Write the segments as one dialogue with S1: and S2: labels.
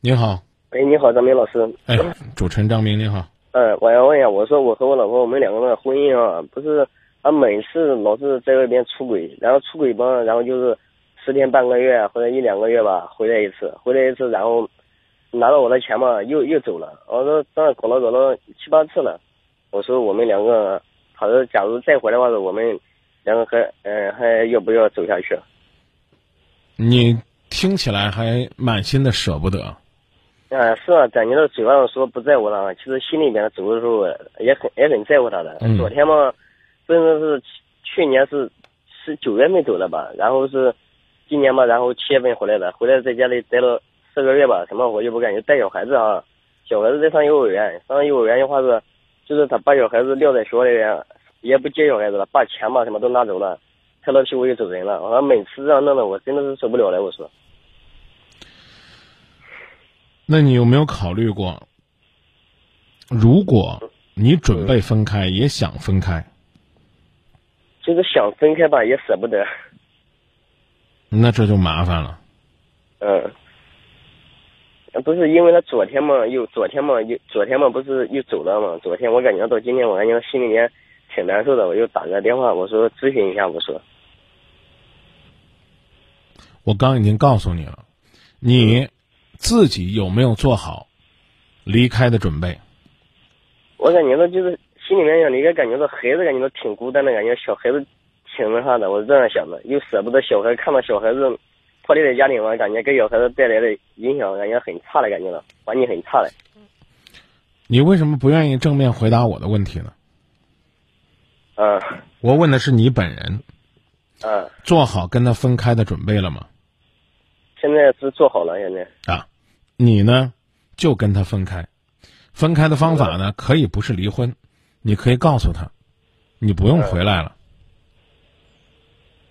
S1: 您好，
S2: 哎，你好，张明老师。
S1: 哎，主持人张明您好，
S2: 嗯，我要问一下，我说我和我老婆我们两个人的婚姻啊，不是啊，每次老是在外边出轨，然后出轨吧，然后就是十天半个月或者一两个月吧，回来一次，回来一次，然后拿到我的钱嘛，又又走了。我说当然搞了搞了七八次了，我说我们两个，他说假如再回来的话，我们两个还嗯、还要不要走下去？
S1: 你听起来还满心的舍不得，
S2: 嗯，是啊，感觉到嘴巴上说不在乎他，其实心里面走的时候也很也很在乎他的。
S1: 嗯
S2: 昨天嘛，真的是去去年是是九月份走的吧，然后是今年嘛，然后七月份回来的，回来在家里待了四个月吧，什么我就不感觉带小孩子啊，小孩子在上幼儿园，上幼儿园的话是，就是他把小孩子撂在学校里面，也不接小孩子了，把钱吧什么都拿走了，拍了屁股就走人了。我说每次这样弄的，我真的是受不了了，我说。
S1: 那你有没有考虑过，如果你准备分开，也想分开，
S2: 就是想分开吧，也舍不得，
S1: 那这就麻烦了。
S2: 嗯，不是因为他昨天嘛，又昨天嘛，又昨天嘛，不是又走了嘛？昨天我感觉到今天，我感觉到心里面挺难受的，我就打个电话，我说咨询一下，我说，
S1: 我刚已经告诉你了，你自己有没有做好离开的准备？
S2: 我感觉到就是心里面有一个感觉到孩子感觉到挺孤单的感觉，小孩子挺那啥的，我是这样想的，又舍不得小孩，看到小孩子破裂的家庭嘛，感觉给小孩子带来的影响感觉很差的感觉了，环境很差的。
S1: 你为什么不愿意正面回答我的问题呢？
S2: 嗯
S1: 我问的是你本人，
S2: 嗯，
S1: 做好跟他分开的准备了吗？
S2: 现在是做好了，现在
S1: 啊，你呢就跟他分开，分开的方法呢可以不是离婚，你可以告诉他，你不用回来了。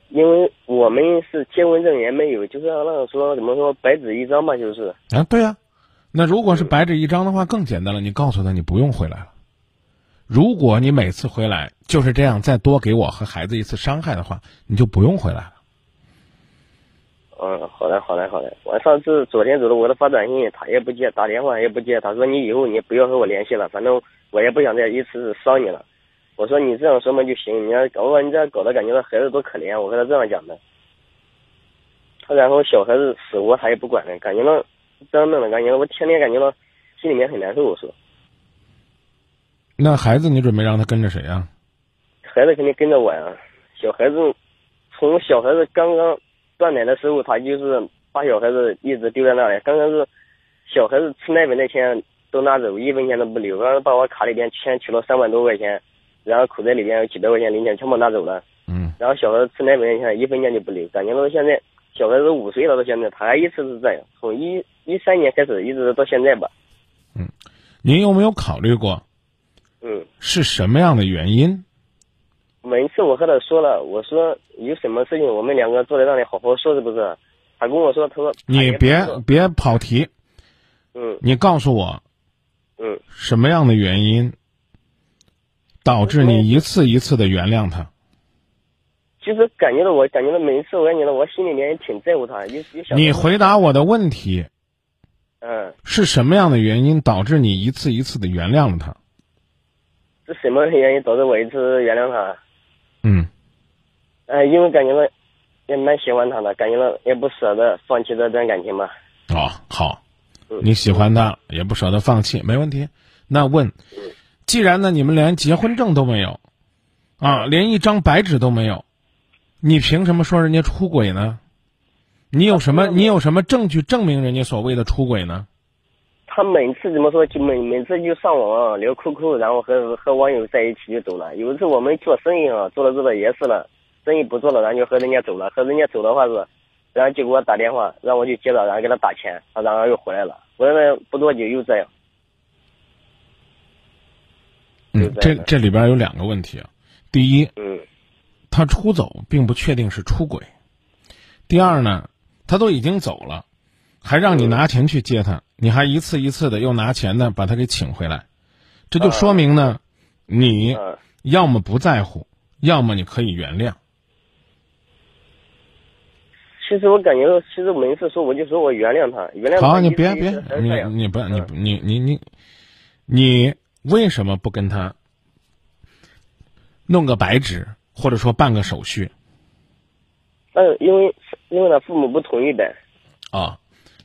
S2: 因为我们是结婚证也没有，就是让那样说怎么说白纸一张吧，就是
S1: 啊，对呀、那如果是白纸一张的话，更简单了。你告诉他你不用回来了。如果你每次回来就是这样，再多给我和孩子一次伤害的话，你就不用回来了。
S2: 嗯，好嘞，好嘞，好嘞。我上次昨天走了，我给他发短信，他也不接，打电话也不接。他说你以后你不要和我联系了，反正我也不想再一次伤你了。我说你这样说嘛就行，你要搞我，你这样搞得感觉到孩子多可怜，我跟他这样讲的。他然后小孩子死活他也不管了，感觉到这样弄的感觉，我天天感觉到心里面很难受。我说
S1: 那孩子，你准备让他跟着谁啊？
S2: 孩子肯定跟着我呀。小孩子，从小孩子刚刚断奶的时候，他就是把小孩子一直丢在那里。刚开始，小孩子吃奶粉的钱都拿走，一分钱都不留。然后把我卡里边钱取了三万多块钱，然后口袋里边有几百块钱零钱全部拿走了。
S1: 嗯，
S2: 然后小孩子吃奶粉的钱一分钱就不留，感觉到现在小孩子五岁了，到现在他还一直是这样，从一一三年开始一直到现在吧。
S1: 您有没有考虑过
S2: 嗯，
S1: 是什么样的原因？
S2: 每一次我和他说了，我说有什么事情我们两个坐在那里好好说，是不是？他跟我说，他说哎
S1: 你别，
S2: 他也不说
S1: 别跑题，
S2: 嗯
S1: 你告诉我
S2: 嗯，
S1: 什么样的原因导致你一次一次的原谅他？
S2: 其实感觉到我感觉到每一次我感觉到我心里面也挺在乎他，有有想
S1: 你回答我的问题
S2: 嗯，
S1: 是什么样的原因导致你一次一次的原谅了他？
S2: 是什么原因导致我一直原谅他？
S1: 嗯，
S2: 哎，因为感觉到也蛮喜欢他的，感觉到也不舍得放弃这段感情吧。
S1: 哦，好，
S2: 嗯
S1: 你喜欢他也不舍得放弃，没问题。那问，既然呢你们连结婚证都没有，啊，连一张白纸都没有，你凭什么说人家出轨呢？你有什
S2: 啊
S1: 么你有什么证据证明人家所谓的出轨呢？
S2: 他每次怎么说，就每每次就上网、啊、聊 QQ，然后和和网友在一起就走了。有一次我们做生意啊，做着做着也是了，生意不做了，然后就和人家走了。和人家走的话是，然后就给我打电话，让我去接他，然后给他打钱，他然后又回来了。回来不多久又这样，
S1: 嗯，
S2: 对
S1: 这
S2: 的
S1: 这里边有两个问题啊。第一，
S2: 嗯
S1: 他出走并不确定是出轨。第二呢，他都已经走了，还让你拿钱去接他，你还一次一次的又拿钱呢把他给请回来，这就说明呢，你
S2: 嗯、呃
S1: 要么不在乎，要么你可以原谅。
S2: 其实我感觉，其实每一次说，我就说我原谅他，原谅他。
S1: 好，你
S2: 一次
S1: 别
S2: 一
S1: 别
S2: 次还，是
S1: 你
S2: 这样
S1: 你不你
S2: 嗯
S1: 不你你你，你为什么不跟他弄个白纸，或者说办个手续
S2: 但是因为因为他父母不同意呗。
S1: 啊？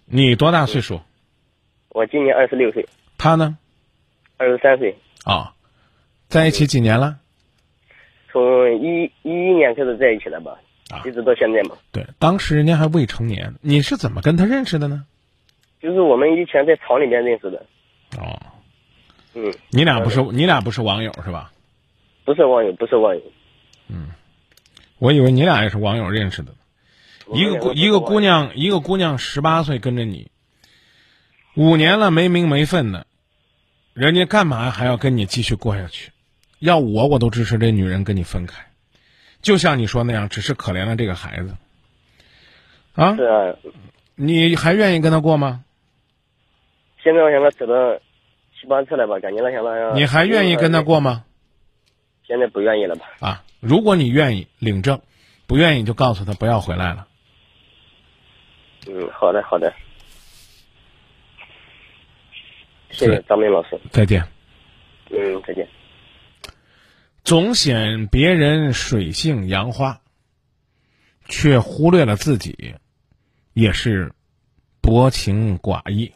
S1: 你多大岁数？
S2: 嗯我今年二十六岁，
S1: 他呢？
S2: 二十三岁，
S1: 啊，在一
S2: 嗯
S1: 起几年了？
S2: 从一一一年开始在一起的吧
S1: 啊，
S2: 一直到现在嘛。
S1: 对，当时人家还未成年，你是怎么跟他认识的呢？
S2: 就是我们以前在厂里面认识的，
S1: 哦，
S2: 嗯，
S1: 你俩不是你俩不是网友是吧？
S2: 不是网友，不是网友。
S1: 我以为你俩也是网友认识的。
S2: 我
S1: 一
S2: 们
S1: 个
S2: 两
S1: 姑
S2: 不是
S1: 一个
S2: 网
S1: 姑
S2: 友，
S1: 娘，一个姑娘十八岁跟着你，五年了没名没分的，人家干嘛还要跟你继续过下去？要我，我都支持这女人跟你分开。就像你说那样，只是可怜了这个孩子。啊
S2: 是，啊，
S1: 你还愿意跟他过吗？
S2: 现在我想他走到七八次了吧，感觉他想他。
S1: 你还愿意跟他？过吗？
S2: 现在不愿意了吧？
S1: 啊，如果你愿意领证，不愿意就告诉他不要回来了。
S2: 嗯，好的，好的。谢谢
S1: 是
S2: 张明老师，
S1: 再见。
S2: 嗯，再见。
S1: 总显别人水性杨花，却忽略了自己，也是薄情寡义。